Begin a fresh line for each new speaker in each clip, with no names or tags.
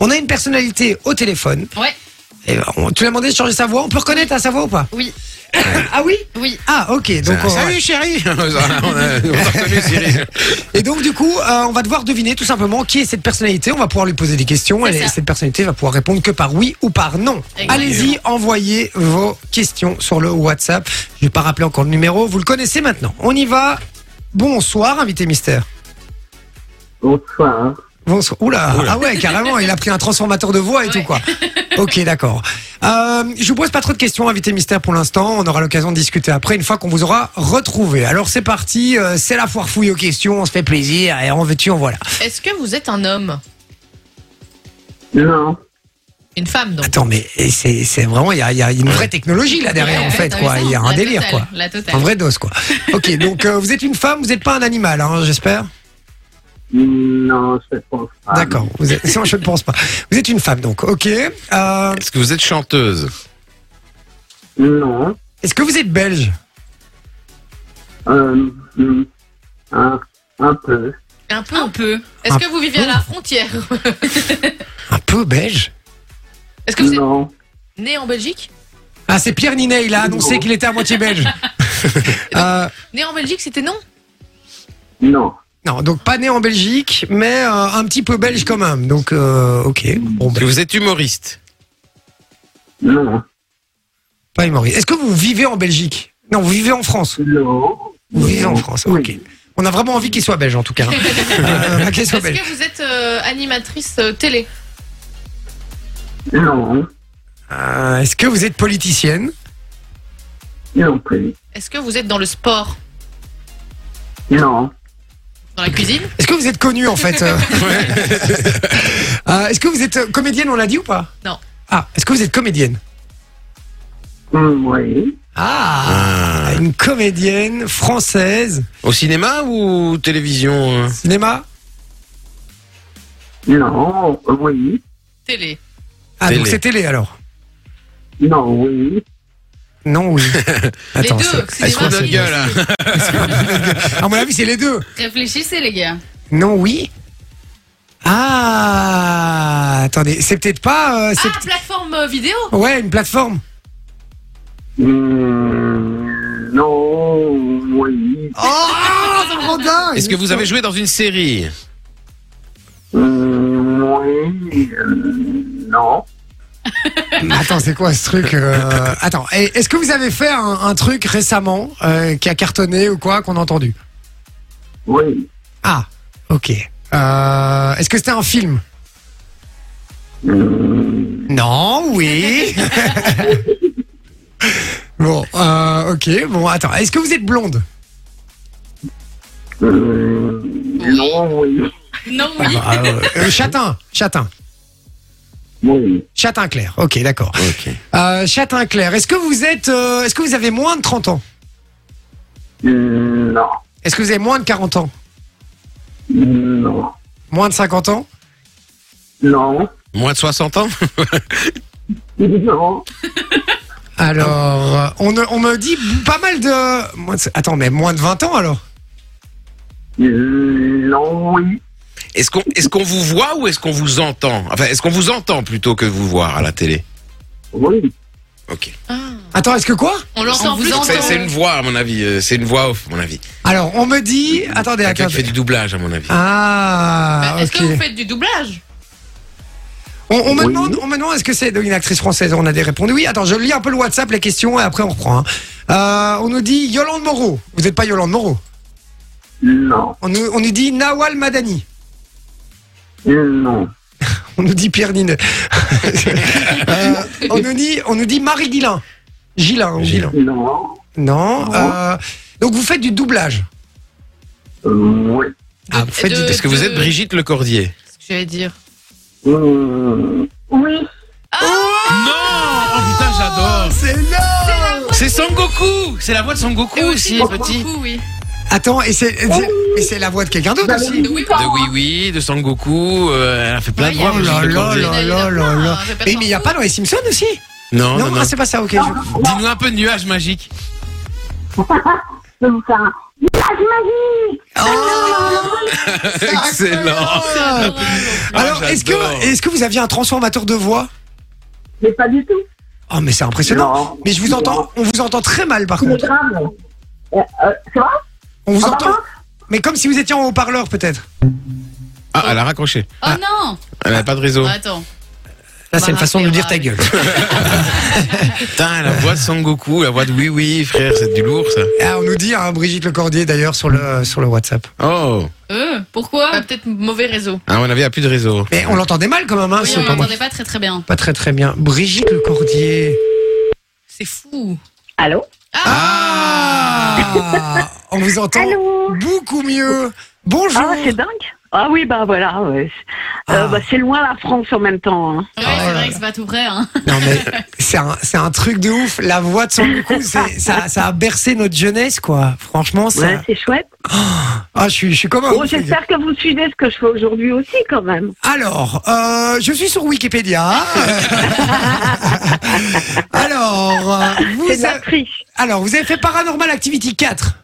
On a une personnalité au téléphone.
Ouais,
Et ben, on- tu l'as demandé de changer sa voix. On peut reconnaître à sa voix ou pas
oui,
Ah oui
oui.
Ah ok. Donc, on-
Salut chérie On a- on a reconnu Cyril.
Et donc du coup, euh, on va devoir deviner tout simplement qui est cette personnalité. On va pouvoir lui poser des questions
C'est
et
ça.
cette personnalité va pouvoir répondre que par oui ou par non.
Exactement.
Allez-y, envoyez vos questions sur le WhatsApp. Je vais pas rappeler encore le numéro. Vous le connaissez maintenant. On y va. Bonsoir, invité mystère.
Bonsoir.
Bonsoir. Oula,
Oula.
ah ouais, carrément, il a pris un transformateur de voix et tout
Ouais.
quoi. Ok, d'accord. Euh, je vous pose pas trop de questions, invité mystère pour l'instant. On aura l'occasion de discuter après, une fois qu'on vous aura retrouvé. Alors c'est parti, euh, c'est la foire fouille aux questions, on se fait plaisir et en veux-tu, en voilà.
Est-ce que vous êtes un homme
Non.
Une femme, donc
Attends, mais c'est c'est vraiment, il y a, il y a une vraie technologie là derrière
Ouais,
en
ouais,
fait,
t'as
quoi.
vu ça
Il y a un
La
délire,
totale,
quoi.
La totale.
Un vrai dose, quoi. Ok, donc euh, vous êtes une femme, vous n'êtes pas un animal, hein, j'espère.
Non, je pense pas.
D'accord. vous êtes- Non, je ne pense pas. Vous êtes une femme, donc. Ok. Euh,
Est-ce que vous êtes chanteuse
Non.
Est-ce que vous êtes belge
Euh, hmm, un, un peu.
Un peu, un peu. Est-ce
Un
que vous vivez à la frontière
Un peu belge.
Est-ce que vous êtes
Non.
né en Belgique
Ah, c'est Pierre Ninet. Il a annoncé
Non.
qu'il était à moitié belge. Euh,
Né en Belgique, c'était non
Non.
non, donc pas né en Belgique, mais euh, un petit peu belge quand même. Donc, euh, ok. Bon,
Est-ce
ben,
que vous êtes humoriste
Non.
pas humoriste. Est-ce que vous vivez en Belgique Non, vous vivez en France.
Non.
Vous vivez en France,
Oui.
ok. On a vraiment envie qu'il soit belge en tout cas. hein. Euh, qu'il soit
Est-ce
belge.
que vous êtes euh, animatrice euh, télé
Non.
Euh, Est-ce que vous êtes politicienne
Non plus.
Est-ce que vous êtes dans le sport
Non.
Dans la cuisine
Est-ce que vous êtes connue en fait euh
Ouais.
Euh, Est-ce que vous êtes euh, comédienne, on l'a dit ou pas
Non.
Ah, est-ce que vous êtes comédienne
Hmm, Oui.
Ah
Ah.
Une comédienne française.
Au cinéma ou télévision hein
Cinéma
Non. Oui.
Télé.
Ah, donc
Télé.
c'est télé alors
Non, oui.
Non, oui.
les
c'est-
deux.
Elle se
cinéma,
trouve notre
série.
gueule hein là.
à mon avis, c'est les deux.
Réfléchissez, les gars.
Non, oui. Ah Attendez, c'est peut-être pas. euh, c'est
Ah, plateforme euh, vidéo
peut- Ouais, une plateforme.
Hmm, Non. Oui.
Oh, Sarandin
Est-ce que vous avez joué dans une série
Hmm, Oui. euh, Non.
Attends, c'est quoi ce truc euh, Attends, et- est-ce que vous avez fait un, un truc récemment euh, qui a cartonné ou quoi qu'on a entendu
Oui.
Ah, ok. Euh, est-ce que c'était un film
Hmm,
Non, oui. bon, euh, ok. Bon, attends. Est-ce que vous êtes blonde
hmm, Non, oui.
Non, oui.
Euh, Châtain, châtain,
Oui.
châtain clair. Ok, d'accord.
Ok.
Euh, châtain clair. Est-ce que vous êtes, euh, est-ce que vous avez moins de 30 ans
Hmm, Non.
Est-ce que vous avez moins de 40 ans
Non.
Moins de 50 ans
Non.
Moins de 60 ans
Non.
Alors, euh, on, on me dit pas mal de. moins de- Attends, mais moins de 20 ans alors
Non, oui.
Est-ce qu'on est-ce qu'on vous voit ou est-ce qu'on vous entend Enfin, est-ce qu'on vous entend plutôt que vous voir à la télé
Oui.
Ok.
Attends, est-ce que quoi
Ah, On l'entend plus.
C'est c'est une voix à mon avis, euh, c'est une voix off à mon avis.
Alors, on me dit. Attendez,
Quelqu'un qui
attendez.
fait du doublage à mon avis.
Ah,
Bah, Est-ce
ok.
que vous faites du doublage
On, on me
Oui.
demande, on me demande est-ce que c'est une actrice française On a des réponses. Oui, attends, je lis un peu le WhatsApp, les questions, et après on reprend. hein. Euh, on nous dit Yolande Moreau. Vous n'êtes pas Yolande Moreau.
Non.
On nous, on nous dit Nawal Madani.
Non.
On nous dit Pierre Ninet. Euh, on, nous dit, on nous dit Marie Guilin. Gilin. ou
Gilin.
Non.
Non.
Non.
euh, donc vous faites du doublage.
Euh, Oui.
Ah, vous faites du-
Est-ce que vous êtes Brigitte Lecordier
Qu'est-ce que j'allais dire
Euh, Oui.
Non Oh putain, j'adore
C'est énorme
C'est Sangoku C'est la voix de Sangoku aussi, petit.
Beaucoup, oui.
Attends, et c'est, et c'est- et c'est la voix de quelqu'un d'autre aussi.
Oui,
De Oui Oui, de Sangoku, euh, elle a fait plein de
Ouais,
voix.
il y a-
Brigitte
Oh là
Lecordier.
là. Et mais il n'y a pas dans les Simpsons aussi
Oh,
Non,
Non, non, non.
ah, c'est pas ça, ok. je-
Dis-nous un peu de nuage magique.
Je vais vous faire un
Oh,
Excellent.
Ah. Alors, est-ce
j'adore.
que, est-ce que vous aviez un transformateur de voix
mais pas du tout.
Oh, mais c'est impressionnant.
Non.
Mais je vous entends, on vous entend très mal par
C'est
contre.
grave. Euh, euh, c'est vrai
On vous
Ah,
entend,
pardon
mais comme si vous étiez en haut-parleur peut-être.
Ah, elle a raccroché.
Oh non Bah,
Elle n'a pas de réseau.
Attends.
Là, c'est une
Bah,
façon de nous dire ta
c'est
gueule.
Putain, la voix de Sangoku, la voix de oui oui, frère, c'est du lourd ça.
Ah, on nous dit, hein, Brigitte Lecordier d'ailleurs, sur le, sur le WhatsApp.
Oh,
Euh, pourquoi
Ah.
Bah, Peut-être mauvais réseau.
à mon avis, il n'y a plus de réseau.
Mais on l'entendait mal quand même, hein,
Oui,
c'est
on
pas, moi.
l'entendait pas très très bien.
pas très très bien. Brigitte Lecordier.
C'est fou.
Allô
Ah On vous entend
Allô
beaucoup mieux. Bonjour.
Ah, c'est dingue Ah oui, bah voilà, ouais. Euh,
Ah.
bah, c'est loin la France en même temps. hein.
Ouais,
Ah,
c'est
là,
vrai
là.
que c'est pas tout près. Hein.
Non mais c'est un, c'est un truc de ouf. La voix de son coup, c'est- ça, ça a bercé notre jeunesse quoi. Franchement, ça.
Ouais, c'est chouette.
Ah, je suis, je suis comme un
Bon,
ouf, les gars.
Oh, j'espère que vous suivez ce que je fais aujourd'hui aussi, quand même.
Alors, euh, je suis sur Wikipédia. alors, euh,
C'est de
vous
la
avez,
triche.
alors, vous avez fait Paranormal Activity 4.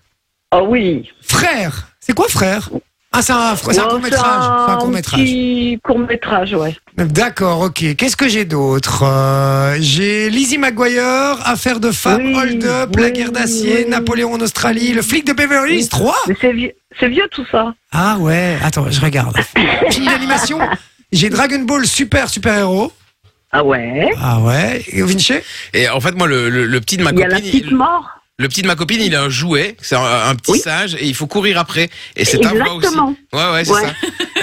Oh oui.
Frère. C'est quoi, frère Ah, c'est un, fr- c'est un
Bon,
court-métrage. C'est un court-métrage.
petit court-métrage, ouais.
D'accord, ok. Qu'est-ce que j'ai d'autre Euh, J'ai Lizzie McGuire, Affaire de femme,
Oui,
Hold Up,
oui,
La guerre d'acier,
oui.
Napoléon en Australie, Le flic de Beverly Hills 3
Mais c'est vieux, c'est vieux tout ça.
Ah ouais, attends, je regarde. Film d'animation, j'ai Dragon Ball Super Super Héros.
Ah ouais
Ah ouais, Et Vinci
Et en fait, moi, le, le- le petit de ma
Il y a la
copine,
petite
il-
mort.
le petit de ma copine, il a un jouet, c'est un, un petit
Oui.
singe, et il faut courir après. Et c'est ta voix aussi.
Exactement.
Ouais, ouais, c'est
Ouais.
ça.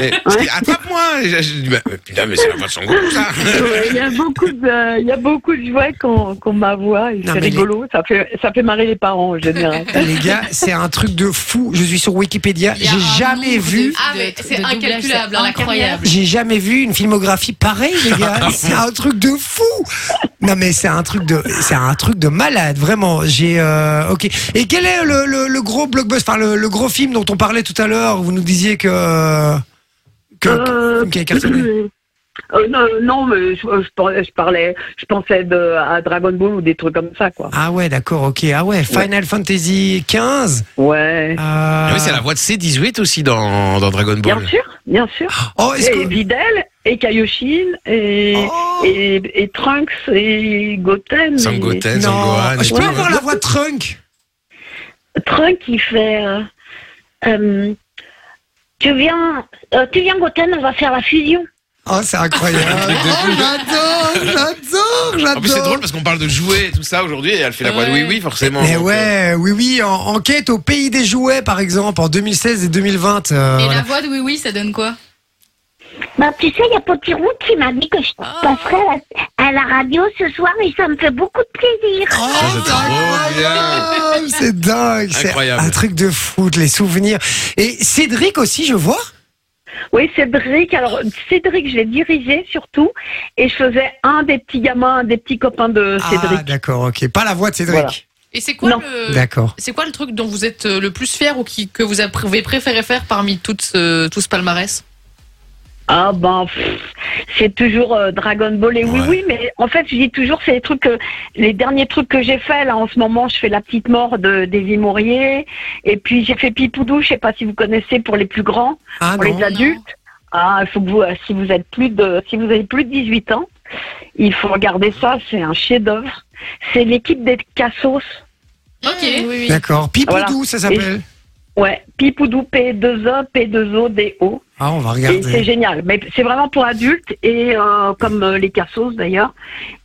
Et- parce qu'il- Attrape-moi. Et je- je dis, bah, euh, putain, mais c'est la voix de Sangoku ça.
Ouais, Il y a beaucoup de, il y a beaucoup de jouets qu'on qu'on m'avoue et
Non,
c'est
mais les-
rigolo. Ça fait, ça fait marrer les parents en général.
Les gars, c'est un truc de fou. Je suis sur Wikipédia.
Il y a un
J'ai jamais
nombre
vu.
de- Ah, mais
de- de
c'est
doublage,
incalculable,
hein,
c'est
incroyable.
J'ai jamais vu une filmographie pareille, les gars. C'est un truc de fou. Non, mais c'est un truc de, c'est un truc de malade, vraiment. J'ai, euh, ok. Et quel est le, le- le gros blockbuster, enfin le, le gros film dont on parlait tout à l'heure Vous nous disiez que que
Euh,
qui a cartonné.
euh, non, non, mais je, je parlais, je parlais, je pensais de, à Dragon Ball ou des trucs comme ça, quoi.
Ah ouais, d'accord, ok. Ah ouais, Final Fantasy euh, 15.
Ouais.
Ah oui, c'est la voix de C18 aussi dans, dans Dragon
Bien
Ball.
sûr, bien sûr.
Oh, est-ce
Et
que
Videl, et Kaioshin, et,
Oh.
et, et Trunks, et Goten. et-
Sangoten,
non, Ah,
Sangohan. et
je
tout.
peux avoir la voix de Trunk.
Trunks, il fait. euh, euh,
Tu viens, euh, tu viens, Goten, on va faire la fusion.
Oh, c'est incroyable. oh, j'adore, j'adore, j'adore.
En plus, c'est drôle parce qu'on parle de jouets et tout ça aujourd'hui, et elle fait la voix de oui
Ouais.
oui, forcément.
Mais
Donc, euh,
ouais, oui, oui, en, enquête au pays des jouets, par exemple, en 2016 et 2020. euh,
Et
voilà.
la voix de Oui Oui, ça donne quoi
Bah, tu sais, il y a Potiron qui m'a dit que je passerai à, à la radio ce soir et ça me fait beaucoup de plaisir.
Oh,
Ça, c'est
c'est
trop
incroyable, c'est dingue, c'est
Incroyable.
un truc de fou, les souvenirs. Et Cédric aussi, je vois.
Oui, Cédric. Alors, Cédric, je l'ai dirigé surtout, et je faisais un des petits gamins, un des petits copains de
Ah,
Cédric.
d'accord, ok, pas la voix de Cédric. Euh,
Et c'est quoi
Non.
le.
D'accord.
C'est quoi le truc dont vous êtes euh, le plus fier ou qui, que vous avez préféré faire parmi toutes, ce- tout ce palmarès
Ah ben, pff, c'est toujours euh, Dragon Ball et oui,
Ouais.
oui, mais en fait, je dis toujours, c'est les trucs, que- les derniers trucs que j'ai fait là en ce moment. Je fais la petite mort de Davy Mourier, et puis j'ai fait Pipoudou. Je sais pas si vous connaissez pour les plus grands,
Ah
pour
non.
les adultes. Ah, il faut que vous, euh, si vous êtes plus de, si vous avez plus de 18 ans, il faut regarder ça. C'est un chef-d'œuvre. C'est l'équipe des Cassos.
Ok.
oui,
Mmh, oui.
D'accord. Pipoudou, ça s'appelle.
Ouais, Pipoudou P2O, P2O,
Ah, on va
Et c'est
regarder.
génial. Mais c'est vraiment pour adultes et euh, comme euh, les cassos d'ailleurs.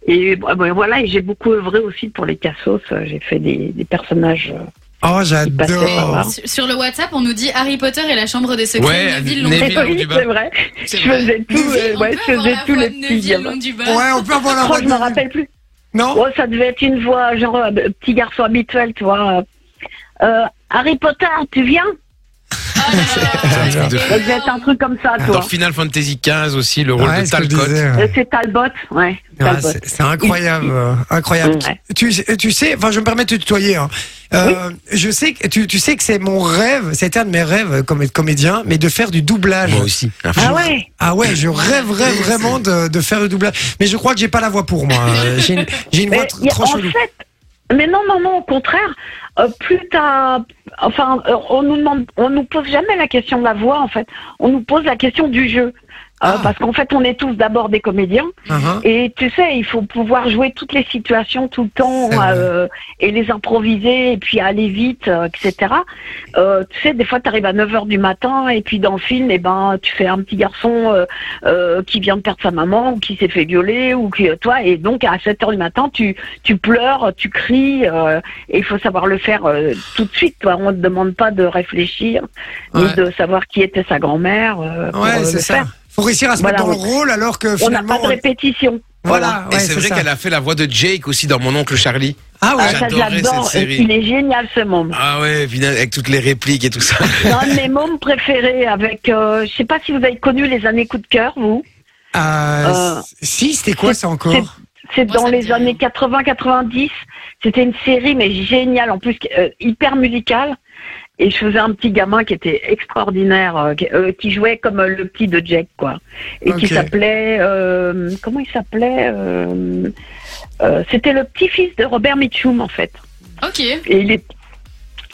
Et euh, ben, voilà, et j'ai beaucoup œuvré aussi pour les cassos. Euh, J'ai fait des, des personnages. euh,
Oh,
Il passait par
j'adore.
là.
Sur- Sur le WhatsApp, on nous dit Harry Potter et la chambre des secrets.
Ouais,
Neville
Neville.
Londubat.
C'est
Léon
oui,
Dumas.
c'est vrai. Je
c'est vrai.
faisais tout,
Neville,
euh, ouais, je faisais tous les petits gamins.
Ouais, on peut avoir la voix
Je crois que je me
de...
rappelle plus.
Non
Oh, ça devait être une voix genre euh, petit garçon habituel, tu vois. Euh, Harry Potter, tu viens
Oh
c'est un truc de
Ça devait être un truc comme ça,
Ah, Dans
toi.
Final Fantasy 15 aussi, le rôle
Ouais,
de
ce que je
Talcott.
disais, ouais.
Euh, C'est Talbot, ouais.
Ah,
Talbot.
c'est c'est incroyable, euh, incroyable.
Ouais.
Tu, tu sais, enfin, je me permets de te tutoyer. hein. Euh, Je sais que tu, tu sais que c'est mon rêve, c'était un de mes rêves comme être comédien, mais de faire du doublage.
Moi aussi. Un
Ah ouais
Ah ouais, je rêverais vraiment de, de faire du doublage, mais je crois que j'ai pas la voix pour moi. Euh, J'ai une, j'ai une voix
Mais
tr-
il y a-
trop
en
chelou.
fait, Mais non, non, non, au contraire, euh, plus t'as. Enfin, euh, on nous demande, on nous pose jamais la question de la voix, en fait. On nous pose la question du jeu. Euh,
Ah.
Parce qu'en fait, on est tous d'abord des comédiens.
Uhum.
Et tu sais, il faut pouvoir jouer toutes les situations tout le temps
C'est vrai.
euh, et les improviser et puis aller vite, euh, etc. Euh, tu sais, des fois, tu arrives à 9h du matin et puis dans le film, eh ben, tu fais un petit garçon euh, euh, qui vient de perdre sa maman ou qui s'est fait violer ou qui, euh, toi, et donc à 7h du matin, tu, tu pleures, tu cries euh, et il faut savoir le faire euh, tout de suite. Toi. On ne te demande pas de réfléchir
Ouais.
ni de savoir qui était sa grand-mère. euh, pour, euh,
Ouais,
le
c'est ça.
faire.
Faut réussir à se
Voilà,
mettre dans le
on-
rôle alors que
On n'a pas
finalement.
de répétition.
Voilà,
Et
ouais,
c'est vrai qu'elle a fait la voix de Jake aussi dans Mon oncle Charlie.
Ah
Ah,
ouais.
ça, je
J'adorais
l'adore.
cette série.
Il est génial, ce môme.
Ah ouais, final, avec toutes les répliques et tout ça.
C'est un de mes mômes préférés avec, euh, je sais pas si vous avez connu les années coup de cœur, vous.
Euh,
Euh,
si, c'était quoi ça
c'est-
encore
C'est
Moi,
dans
ça me
les
dit
années 80-90. C'était une série, mais géniale, en plus, euh, hyper musicale. Et je faisais un petit gamin qui était extraordinaire, euh, qui, euh, qui jouait comme euh, le petit de Jack, quoi. Et qui
Ok.
s'appelait, euh, comment il s'appelait euh, euh, C'était le petit-fils de Robert Mitchum, en fait.
Ok.
Et il est,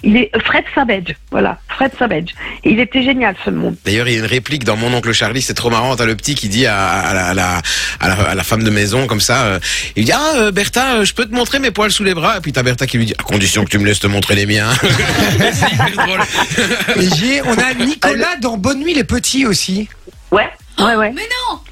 il est Fred Savage, voilà, Fred Savage. Et il était génial ce monde.
D'ailleurs, il y a une réplique dans Mon oncle Charlie, c'est trop marrant. T'as le petit qui dit à, à la, à la- à la- à la femme de maison comme ça, euh, il dit ah euh, Bertha, euh, je peux te montrer mes poils sous les bras. Et puis t'as Bertha qui lui dit à condition que tu me laisses te montrer les miens. C'est hyper drôle.
Et j'ai- On a Nicolas dans Bonne Nuit les Petits aussi.
Ouais, ouais, ouais.
Oh,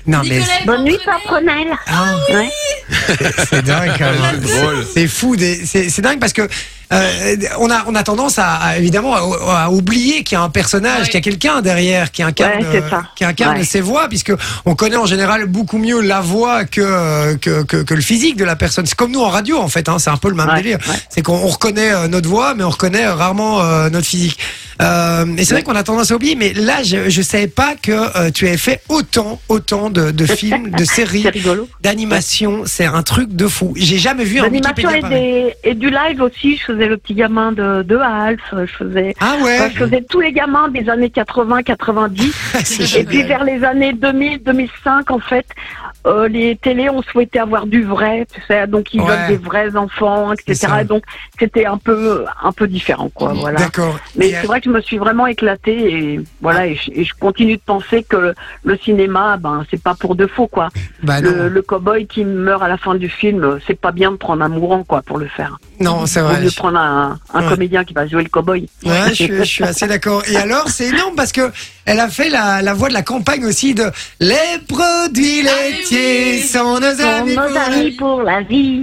Mais non
Non mais
Nicolas est
Bonne nuit,
entraîné.
Paprenelle.
Ah,
ouais.
c'est dingue quand même.
C'est drôle.
C'est fou, des- c'est c'est dingue parce que euh, on a on a tendance à, à, évidemment à, à oublier qu'il y a un personnage,
Ouais.
qu'il y a quelqu'un derrière qui incarne,
Ouais, c'est
euh,
ça.
qui incarne
Ouais.
ses voix, puisque on connaît en général beaucoup mieux la voix que euh, que, que, que le physique de la personne. C'est comme nous en radio en fait, hein, c'est un peu le même
Ouais,
délire.
ouais.
C'est qu'on on reconnaît euh, notre voix, mais on reconnaît euh, rarement euh, notre physique. Euh, et c'est vrai qu'on a tendance à oublier, mais là je je savais pas que euh, tu avais fait autant autant de, de films, de séries
C'est rigolo.
d'animation, c'est un truc de fou. J'ai jamais vu un
L'animation
Wikipédia
et,
pareil.
des- et du live aussi. Je faisais le petit gamin de, de Alf. Je faisais,
Ah
enfin,
ouais,
je faisais tous les gamins des années 80-90.
c'est
Et
génial.
puis vers les années 2000-2005, en fait, euh, les télés ont souhaité avoir du vrai, tu sais, donc ils
Ouais.
veulent des vrais enfants,
C'est
etc.
ça. Mmh.
Et donc c'était un peu, un peu différent, quoi. Voilà.
D'accord.
Mais
Et, euh,
c'est vrai que je me suis vraiment éclatée et
Ah.
voilà et je, et je continue de penser que le, le cinéma ben c'est pas pour de faux quoi.
bah non,
le, le cowboy qui meurt à la fin du film euh, c'est pas bien de prendre un mourant quoi pour le faire.
non c'est
Au
vrai.
lieu de prendre un, un
Ouais.
comédien qui va jouer le cowboy.
Ouais, je, suis- je suis assez d'accord. Et alors, c'est énorme parce que elle a fait la, la voix de la campagne aussi de les produits
Ah, mais
laitiers
oui.
sont nos
Pour
amis.
nos
pour la vie.
amis pour la vie.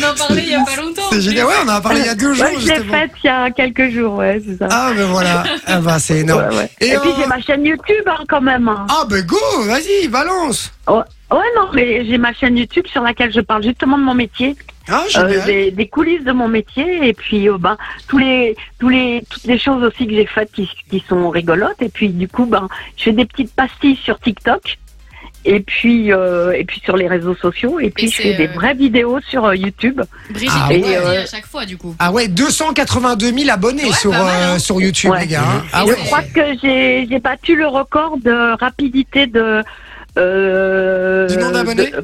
On en parlait il y a pas longtemps.
C'est génial. Ouais, on en a parlé il y a deux jours
Ouais, je l'ai
justement.
faite il y a quelques jours ouais c'est ça.
Ah ben voilà. Ah ben c'est énorme.
Ouais, ouais.
Et
Et, puis
on-
j'ai ma chaîne YouTube hein, quand même. hein.
Ah ben go, vas-y, balance. Ah.
Ouais non mais j'ai ma chaîne YouTube sur laquelle je parle justement de mon métier.
Ah
Euh,
génial.
des, des coulisses de mon métier et puis euh, ben tous les tous les toutes les choses aussi que j'ai faites qui, qui sont rigolotes et puis du coup ben je fais des petites pastilles sur TikTok et puis euh, et puis sur les réseaux sociaux et puis je
c'est,
fais des
euh,
vraies vidéos sur euh, YouTube.
Brigitte,
Ah
on
ouais.
va le dire
Ouais.
à chaque fois, du coup.
Ah ouais, 282 000 abonnés
Ouais,
sur
pas mal,
euh,
hein.
sur YouTube
Ouais.
les gars. hein.
Mhm.
Ah
Et
Je
ouais.
Ouais.
crois que j'ai j'ai battu le record de rapidité de euh,
Du nombre d'abonnés
de- euh,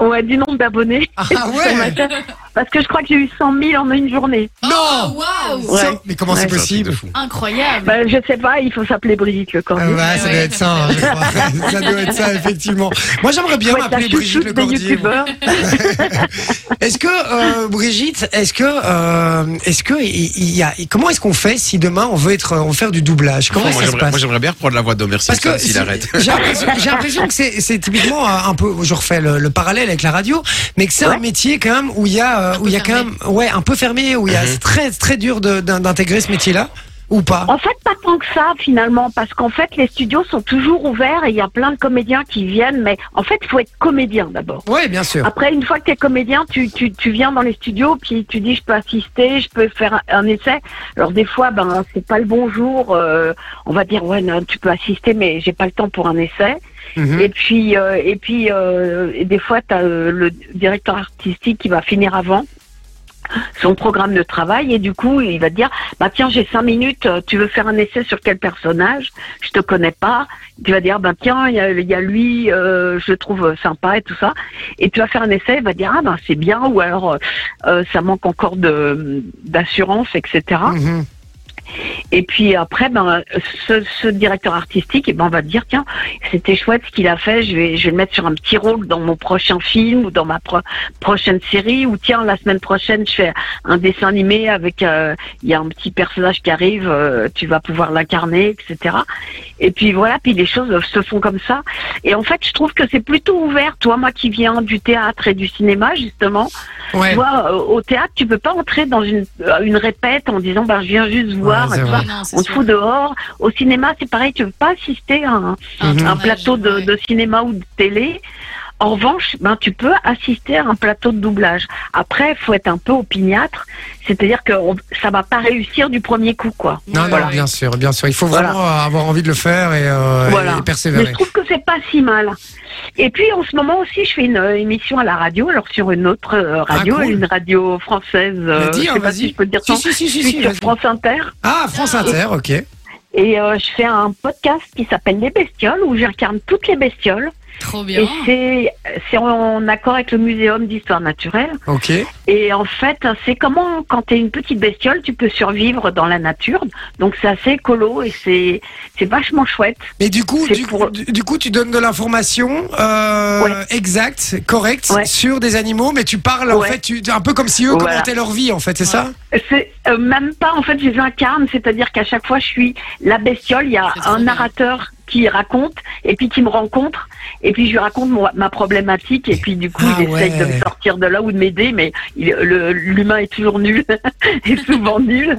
Ouais, du nombre d'abonnés.
Ah
sur ma
ouais.
chaîne. Parce que je crois que j'ai eu 100 000 en une journée.
Non.
Oh, waouh
Ouais.
Ça, Mais comment
Ouais.
c'est
C'est un truc de
possible
fou.
Incroyable
Ben, je sais pas, il faut s'appeler Brigitte Le
Ah
Cordier.
bah, ça doit
Ouais, ouais.
être ça, hein, je crois. ça doit être ça, effectivement. Moi, j'aimerais bien
Faut être la
m'appeler Brigitte
chouchoute
Le
des
Cordier. moi.
youtubeurs.
Est-ce que, euh, Brigitte, est-ce que, euh, est-ce que, il il y a, comment est-ce qu'on fait si demain on veut être, on veut faire du doublage Comment
moi,
ça se
j'aimerais, moi,
passe
j'aimerais bien reprendre la voix d'Homer
parce
Simpson
que
s'il
c'est-
arrête.
j'ai l'impression- j'ai l'impression que c'est c'est typiquement un un peu, je refais le, le parallèle avec la radio, mais que c'est un métier quand même où il y a, euh, où il y a
peu
quand même, ouais, un peu fermé, où il y a
Mhm.
c'est très très dur de- d'in- d'intégrer ce métier-là ou pas.
En fait, pas tant que ça finalement, parce qu'en fait, les studios sont toujours ouverts et il y a plein de comédiens qui viennent, mais en fait, il faut être comédien d'abord.
Ouais, bien sûr.
Après, une fois que tu es comédien, tu, tu, tu viens dans les studios, puis tu dis je peux assister, je peux faire un- un essai. Alors des fois, ben c'est pas le bon jour. euh, on va dire ouais, non, tu peux assister, mais j'ai pas le temps pour un essai.
Mhm.
Et puis, euh, et puis, euh, et des fois, t'as euh, le directeur artistique qui va finir avant. son programme de travail et du coup il va te dire bah tiens j'ai cinq minutes euh, tu veux faire un essai sur quel personnage je te connais pas tu vas dire bah tiens il y a, il y a lui euh, je le trouve sympa et tout ça et tu vas faire un essai il va te dire ah ben c'est bien ou alors euh, euh, ça manque encore de d'assurance etc
Mhm.
et puis après, ben, ce, ce directeur artistique, et ben, on va te dire, tiens, c'était chouette ce qu'il a fait, je vais, je vais le mettre sur un petit rôle dans mon prochain film ou dans ma pro- prochaine série, ou tiens, la semaine prochaine, je fais un dessin animé avec, euh, il y a un petit personnage qui arrive, euh, tu vas pouvoir l'incarner, etc. Et puis voilà, puis les choses se font comme ça. Et en fait, je trouve que c'est plutôt ouvert, toi, moi qui viens du théâtre et du cinéma, justement,
Ouais.
tu vois, euh, au théâtre, tu peux pas entrer dans une, euh, une répète en disant ben, je viens juste voir,
c'est
tu vois,
vrai.
Non, c'est
on te
sûr.
fout dehors. Au cinéma, c'est pareil, tu peux pas assister à un,
Mhm.
un
tournage,
plateau de,
ouais.
de cinéma ou de télé. En revanche, ben, tu peux assister à un plateau de doublage. Après, faut être un peu opiniâtre, c'est-à-dire que on- ça va pas réussir du premier coup, quoi.
Non, non,
Voilà.
bien sûr, bien sûr. Il faut
Voilà.
vraiment euh, avoir envie de le faire et, euh,
Voilà.
et
Mais je
persévérer.
trouve que c'est pas si mal. Et puis en ce moment aussi, je fais une euh, émission à la radio, alors sur une autre euh, radio,
Ah, cool.
une radio française. euh,
dis,
je
hein,
sais pas
vas-y.
si je peux te dire
Si,
ça.
si, si, si,
Je suis
si,
sur
vas-y.
France Inter.
Ah, France Inter, ok.
Et euh, je fais un podcast qui s'appelle Les Bestioles, où j'incarne toutes les bestioles.
Trop
Et
bien.
c'est c'est en accord avec le Muséum d'histoire naturelle.
Ok.
Et en fait, c'est comment, quand t'es une petite bestiole, tu peux survivre dans la nature. Donc c'est assez écolo et c'est c'est vachement chouette.
Mais du coup,
C'est
du,
pour-
du- du coup, tu donnes de l'information euh,
Ouais.
exacte, correcte,
Ouais.
sur des animaux, mais tu parles en
Ouais.
fait, tu, un peu comme si eux
Voilà.
commentaient leur vie, en fait, c'est ça
C'est euh, même pas, en fait, je les incarne, c'est-à-dire qu'à chaque fois, je suis la bestiole, il y a
C'est trop
un
bien.
narrateur qui raconte, et puis qui me rencontre, et puis je lui raconte mon- ma problématique, et puis du coup,
Ah
il essaye de
ouais.
me sortir de là ou de m'aider, mais il- le- l'humain est toujours nul, et souvent nul.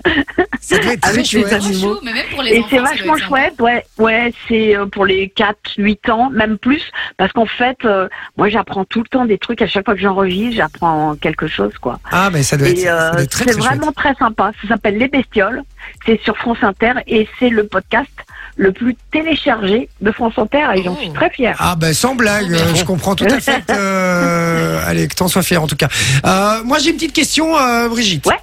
Ça doit être très
Avec les
chouette.
animaux.
Trop chaud, mais même pour les
Et
enfants,
c'est
ça doit
vachement
être sympa.
chouette, ouais, ouais, c'est euh, pour les 4, 8 ans, même plus, parce qu'en fait, euh, moi j'apprends tout le temps des trucs, à chaque fois que j'enregistre, j'apprends quelque chose, quoi.
Ah, mais ça doit être,
Et
ça
euh,
doit être très
c'est
très chouette.
vraiment très sympa. Ça s'appelle Les Bestioles. C'est sur France Inter et c'est le podcast le plus téléchargé de France Inter et j'en
Oh.
suis très fière.
Ah ben sans blague,
Mais
euh,
bon.
je comprends tout à fait. que, euh, allez, que t'en sois fier en tout cas. Euh, moi j'ai une petite question, euh, Brigitte.
Ouais.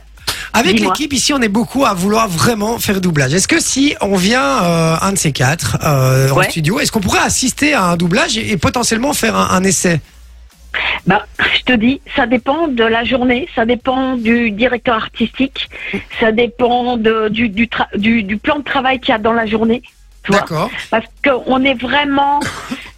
Avec
Dis-moi.
l'équipe ici, on est beaucoup à vouloir vraiment faire doublage. Est-ce que si on vient euh, un de ces quatre euh, en
Ouais.
studio, est-ce qu'on pourrait assister à un doublage et, et potentiellement faire un, un essai
Bah, je te dis, ça dépend de la journée, ça dépend du directeur artistique, ça dépend de- du, du, tra- du, du plan de travail qu'il y a dans la journée. Tu vois
D'accord.
parce qu'on est vraiment...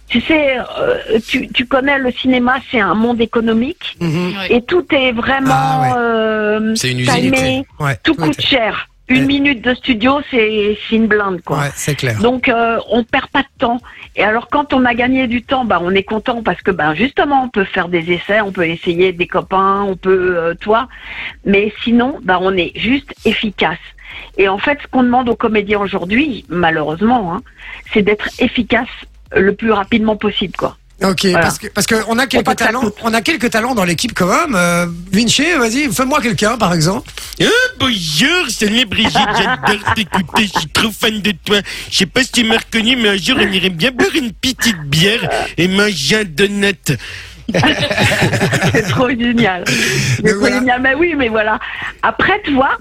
Tu sais, euh, tu, tu connais le cinéma, c'est un monde économique
Mhm.
Ouais.
et tout est vraiment
Ah ouais.
euh,
C'est une usine.
timé.
Ouais.
tout
tout à
coûte
fait.
cher. Une
Ouais.
minute de studio, c'est c'est une blinde, quoi.
Ouais, c'est clair.
Donc, euh, on perd pas de temps. Et alors, quand on a gagné du temps, bah, on est content parce que, ben, justement, on peut faire des essais, on peut essayer des copains, on peut, euh, toi. Mais sinon, bah, on est juste efficace. Et en fait, ce qu'on demande aux comédiens aujourd'hui, malheureusement, hein, c'est d'être efficace le plus rapidement possible, quoi.
Ok, parce que parce que on a
pas
quelques
que ça
talents,
coûte.
on a quelques talents dans l'équipe quand même. Euh, Vinci, vas-y, fais-moi quelqu'un par exemple.
Oh, Bonjour, c'est les Brigitte, j'adore t'écouter, je suis trop fan de toi. Je sais pas si tu m'as reconnu, mais un jour on irait bien boire une petite bière et manger un donut.
C'est trop génial. C'est
Mais
trop
voilà.
génial. Mais oui, mais voilà. Après, tu vois,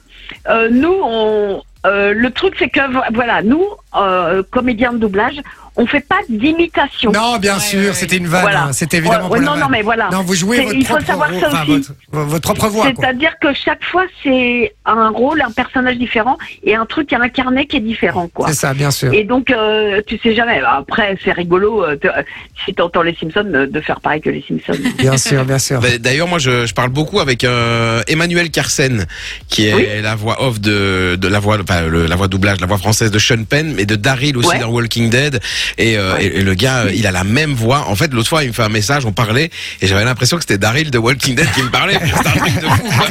euh, nous, on, euh, le truc, c'est que, vo- voilà, nous, euh, comédiens de doublage, on fait pas d'imitation.
Non, bien
Ouais,
sûr,
ouais, ouais.
c'était une vanne,
Voilà.
hein, c'était évidemment
Ouais,
pour
ouais,
la
non,
vanne.
non, Ah. mais voilà.
Non, vous jouez
C'est-
votre
il faut
propre,
savoir
rôle,
ça
enfin,
aussi.
votre, votre propre voix. Quoi.
C'est-à-dire que chaque fois, c'est un rôle, un personnage différent et un truc à incarner qui est différent, quoi.
C'est ça, bien sûr.
Et donc, euh, tu sais jamais. Après, c'est rigolo. euh, te- euh, si t'entends les Simpsons, euh, de faire pareil que les Simpsons.
Bien sûr, bien sûr.
Bah, D'ailleurs, moi, je, je parle beaucoup avec euh, Emmanuel Carsen, qui est
Oui.
la voix off de, de la voix, enfin, le- la voix doublage, la voix française de Sean Penn, mais de Daryl aussi
Ouais.
dans Walking Dead. Et, euh,
Ouais.
et- et le gars, euh, il a la même voix. En fait, l'autre fois, il me fait un message, on parlait, et j'avais l'impression que c'était Daryl de Walking Dead qui me parlait. C'était un truc de fou. quoi.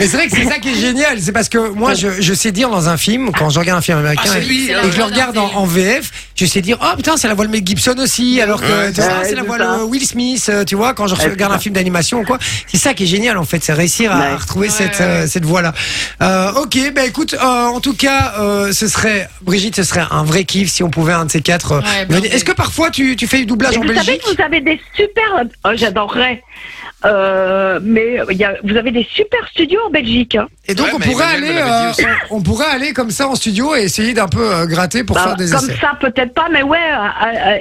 Mais c'est vrai que c'est ça qui est génial. C'est parce que moi, je, je sais dire dans un film, quand je regarde un film
Ah,
américain
c'est
et-
lui,
C'est
hein.
la
et que je le
voix d'un
regarde en,
film.
en VF, je sais dire, oh putain, c'est la voix de Meg Gibson aussi, alors que
Ouais,
tu vois,
ouais,
c'est la
c'est
voix
ça.
de Will Smith, euh, tu vois, quand je
Ouais,
regarde
c'est
un
ça.
film d'animation ou quoi. C'est ça qui est génial en fait, c'est réussir à
Ouais.
retrouver
Ouais,
cette,
ouais,
euh, cette voix-là. Euh, ok, bah écoute, euh, en tout cas, euh, ce serait, Brigitte, ce serait un vrai kiff si on pouvait un de ces quatre euh,
Ouais. Ouais, bien
Venez- Est-ce que parfois tu, tu fais du doublage
Et
en
vous savez
Belgique
que vous avez des super. Oh, J'adorerais. Euh, mais il y a- vous avez des super studios en Belgique. hein.
Et donc
Ouais,
on
mais
pourrait aller,
Emmanuel me l'avait dit
euh, on on pourrait aller comme ça en studio et essayer d'un peu euh, gratter pour
Bah,
faire des
comme
essais.
ça, peut-être pas, mais ouais,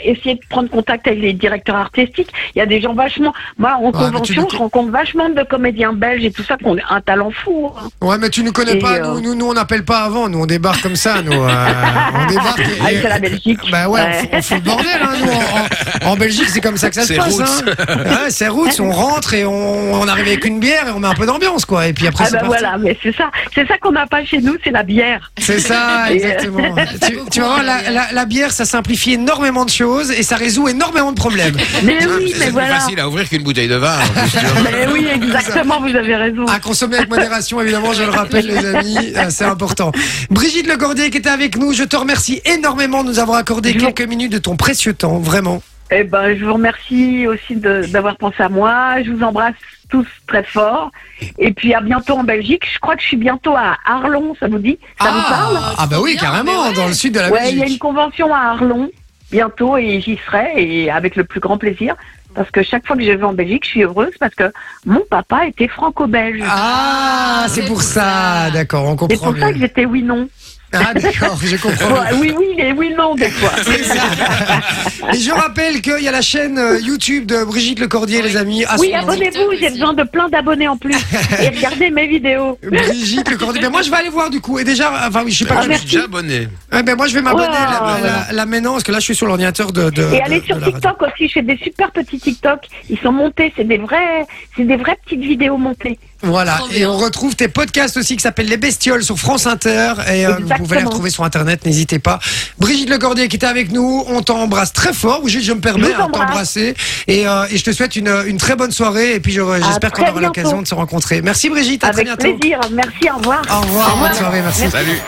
essayer de prendre contact avec les directeurs artistiques. Il y a des gens vachement. Moi, en
tu
convention,
nous-
je rencontre vachement de comédiens belges et tout ça qui ont un talent fou. hein.
Ouais, mais tu nous connais
Et,
pas.
euh,
Nous, nous, nous, on n'appelle pas avant. Nous, on débarque comme ça. Nous, euh, on débarque. et-
Ah, c'est la Belgique.
Bah ouais,
Ouais. Ah,
On, fout, on fout le bordel. Hein, nous, en- en, en Belgique, c'est comme ça que ça se
C'est
passe.
roots.
Hein. Ouais, c'est roots. On rentre et on, on arrive avec une bière et on met un peu d'ambiance, quoi. Et puis après,
Ah
c'est
ben
parti.
voilà, mais c'est ça, c'est ça qu'on n'a pas chez nous, c'est la bière.
C'est ça,
Et, euh,
exactement. tu, tu vas voir, la, la- la bière, ça simplifie énormément de choses et ça résout énormément de problèmes.
Mais
Ah,
oui,
c'est
mais
plus
voilà.
facile à ouvrir qu'une bouteille de vin. en plus, tu vois.
Mais oui, exactement, vous avez raison.
À consommer avec modération, évidemment, je le rappelle, les amis, euh, c'est important. Brigitte Lecordier qui était avec nous, je te remercie énormément de nous avoir accordé
Je vous-
quelques minutes de ton précieux temps, vraiment.
Eh ben, je vous remercie aussi de- d'avoir pensé à moi. Je vous embrasse tous très fort. Et puis à bientôt en Belgique. Je crois que je suis bientôt à Arlon, ça vous dit Ça vous parle
ah bah oui,
bien,
carrément,
mais ouais.
dans le sud de la
Ouais, il y a une
Belgique.
convention à Arlon bientôt et j'y serai et avec le plus grand plaisir. Parce que chaque fois que je vais en Belgique, je suis heureuse parce que mon papa était franco-belge.
Ah, c'est pour ça, d'accord, on
C'est
comprend
pour ça que
mieux.
j'étais oui non.
Ah d'accord, je comprends. mieux.
Ouais, oui oui mais oui non des fois.
C'est ça. Et je rappelle qu'il y a la chaîne euh, YouTube de Brigitte Lecordier, les amis. à
Oui,
son nom.
abonnez-vous, j'ai besoin de plein d'abonnés en plus. Et regardez mes vidéos.
Brigitte Lecordier. Ben moi je vais aller voir du coup. Et déjà, enfin oui, je sais pas.
Ah,
que
je me suis déjà abonné.
je- Ouais, ben moi je vais m'abonner
Wow.
là, là- là maintenant parce que là je suis sur l'ordinateur de, de.
Et
de-
allez
de
sur
la radio.
TikTok aussi, je fais des super petits TikTok. Ils sont montés, c'est des vrais, c'est des vraies petites vidéos montées.
Voilà.
Trop
Et
bien.
on retrouve tes podcasts aussi qui s'appellent Les Bestioles sur France Inter et euh, vous pouvez les
Exactement.
retrouver sur internet. N'hésitez pas. Brigitte Lecordier qui était avec nous. On t'embrasse très fort. Brigitte, je me permets
Je vous
hein, de
embrasse.
t'embrasser et, euh, et je te souhaite une, une très bonne soirée. Et puis je- j'espère qu'on
très
aura
bientôt.
l'occasion de se rencontrer. Merci Brigitte. À
Avec
très bientôt.
plaisir. Merci, au revoir.
Au revoir. Bonne soirée. Merci.
Salut.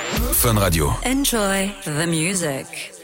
Enjoy the music.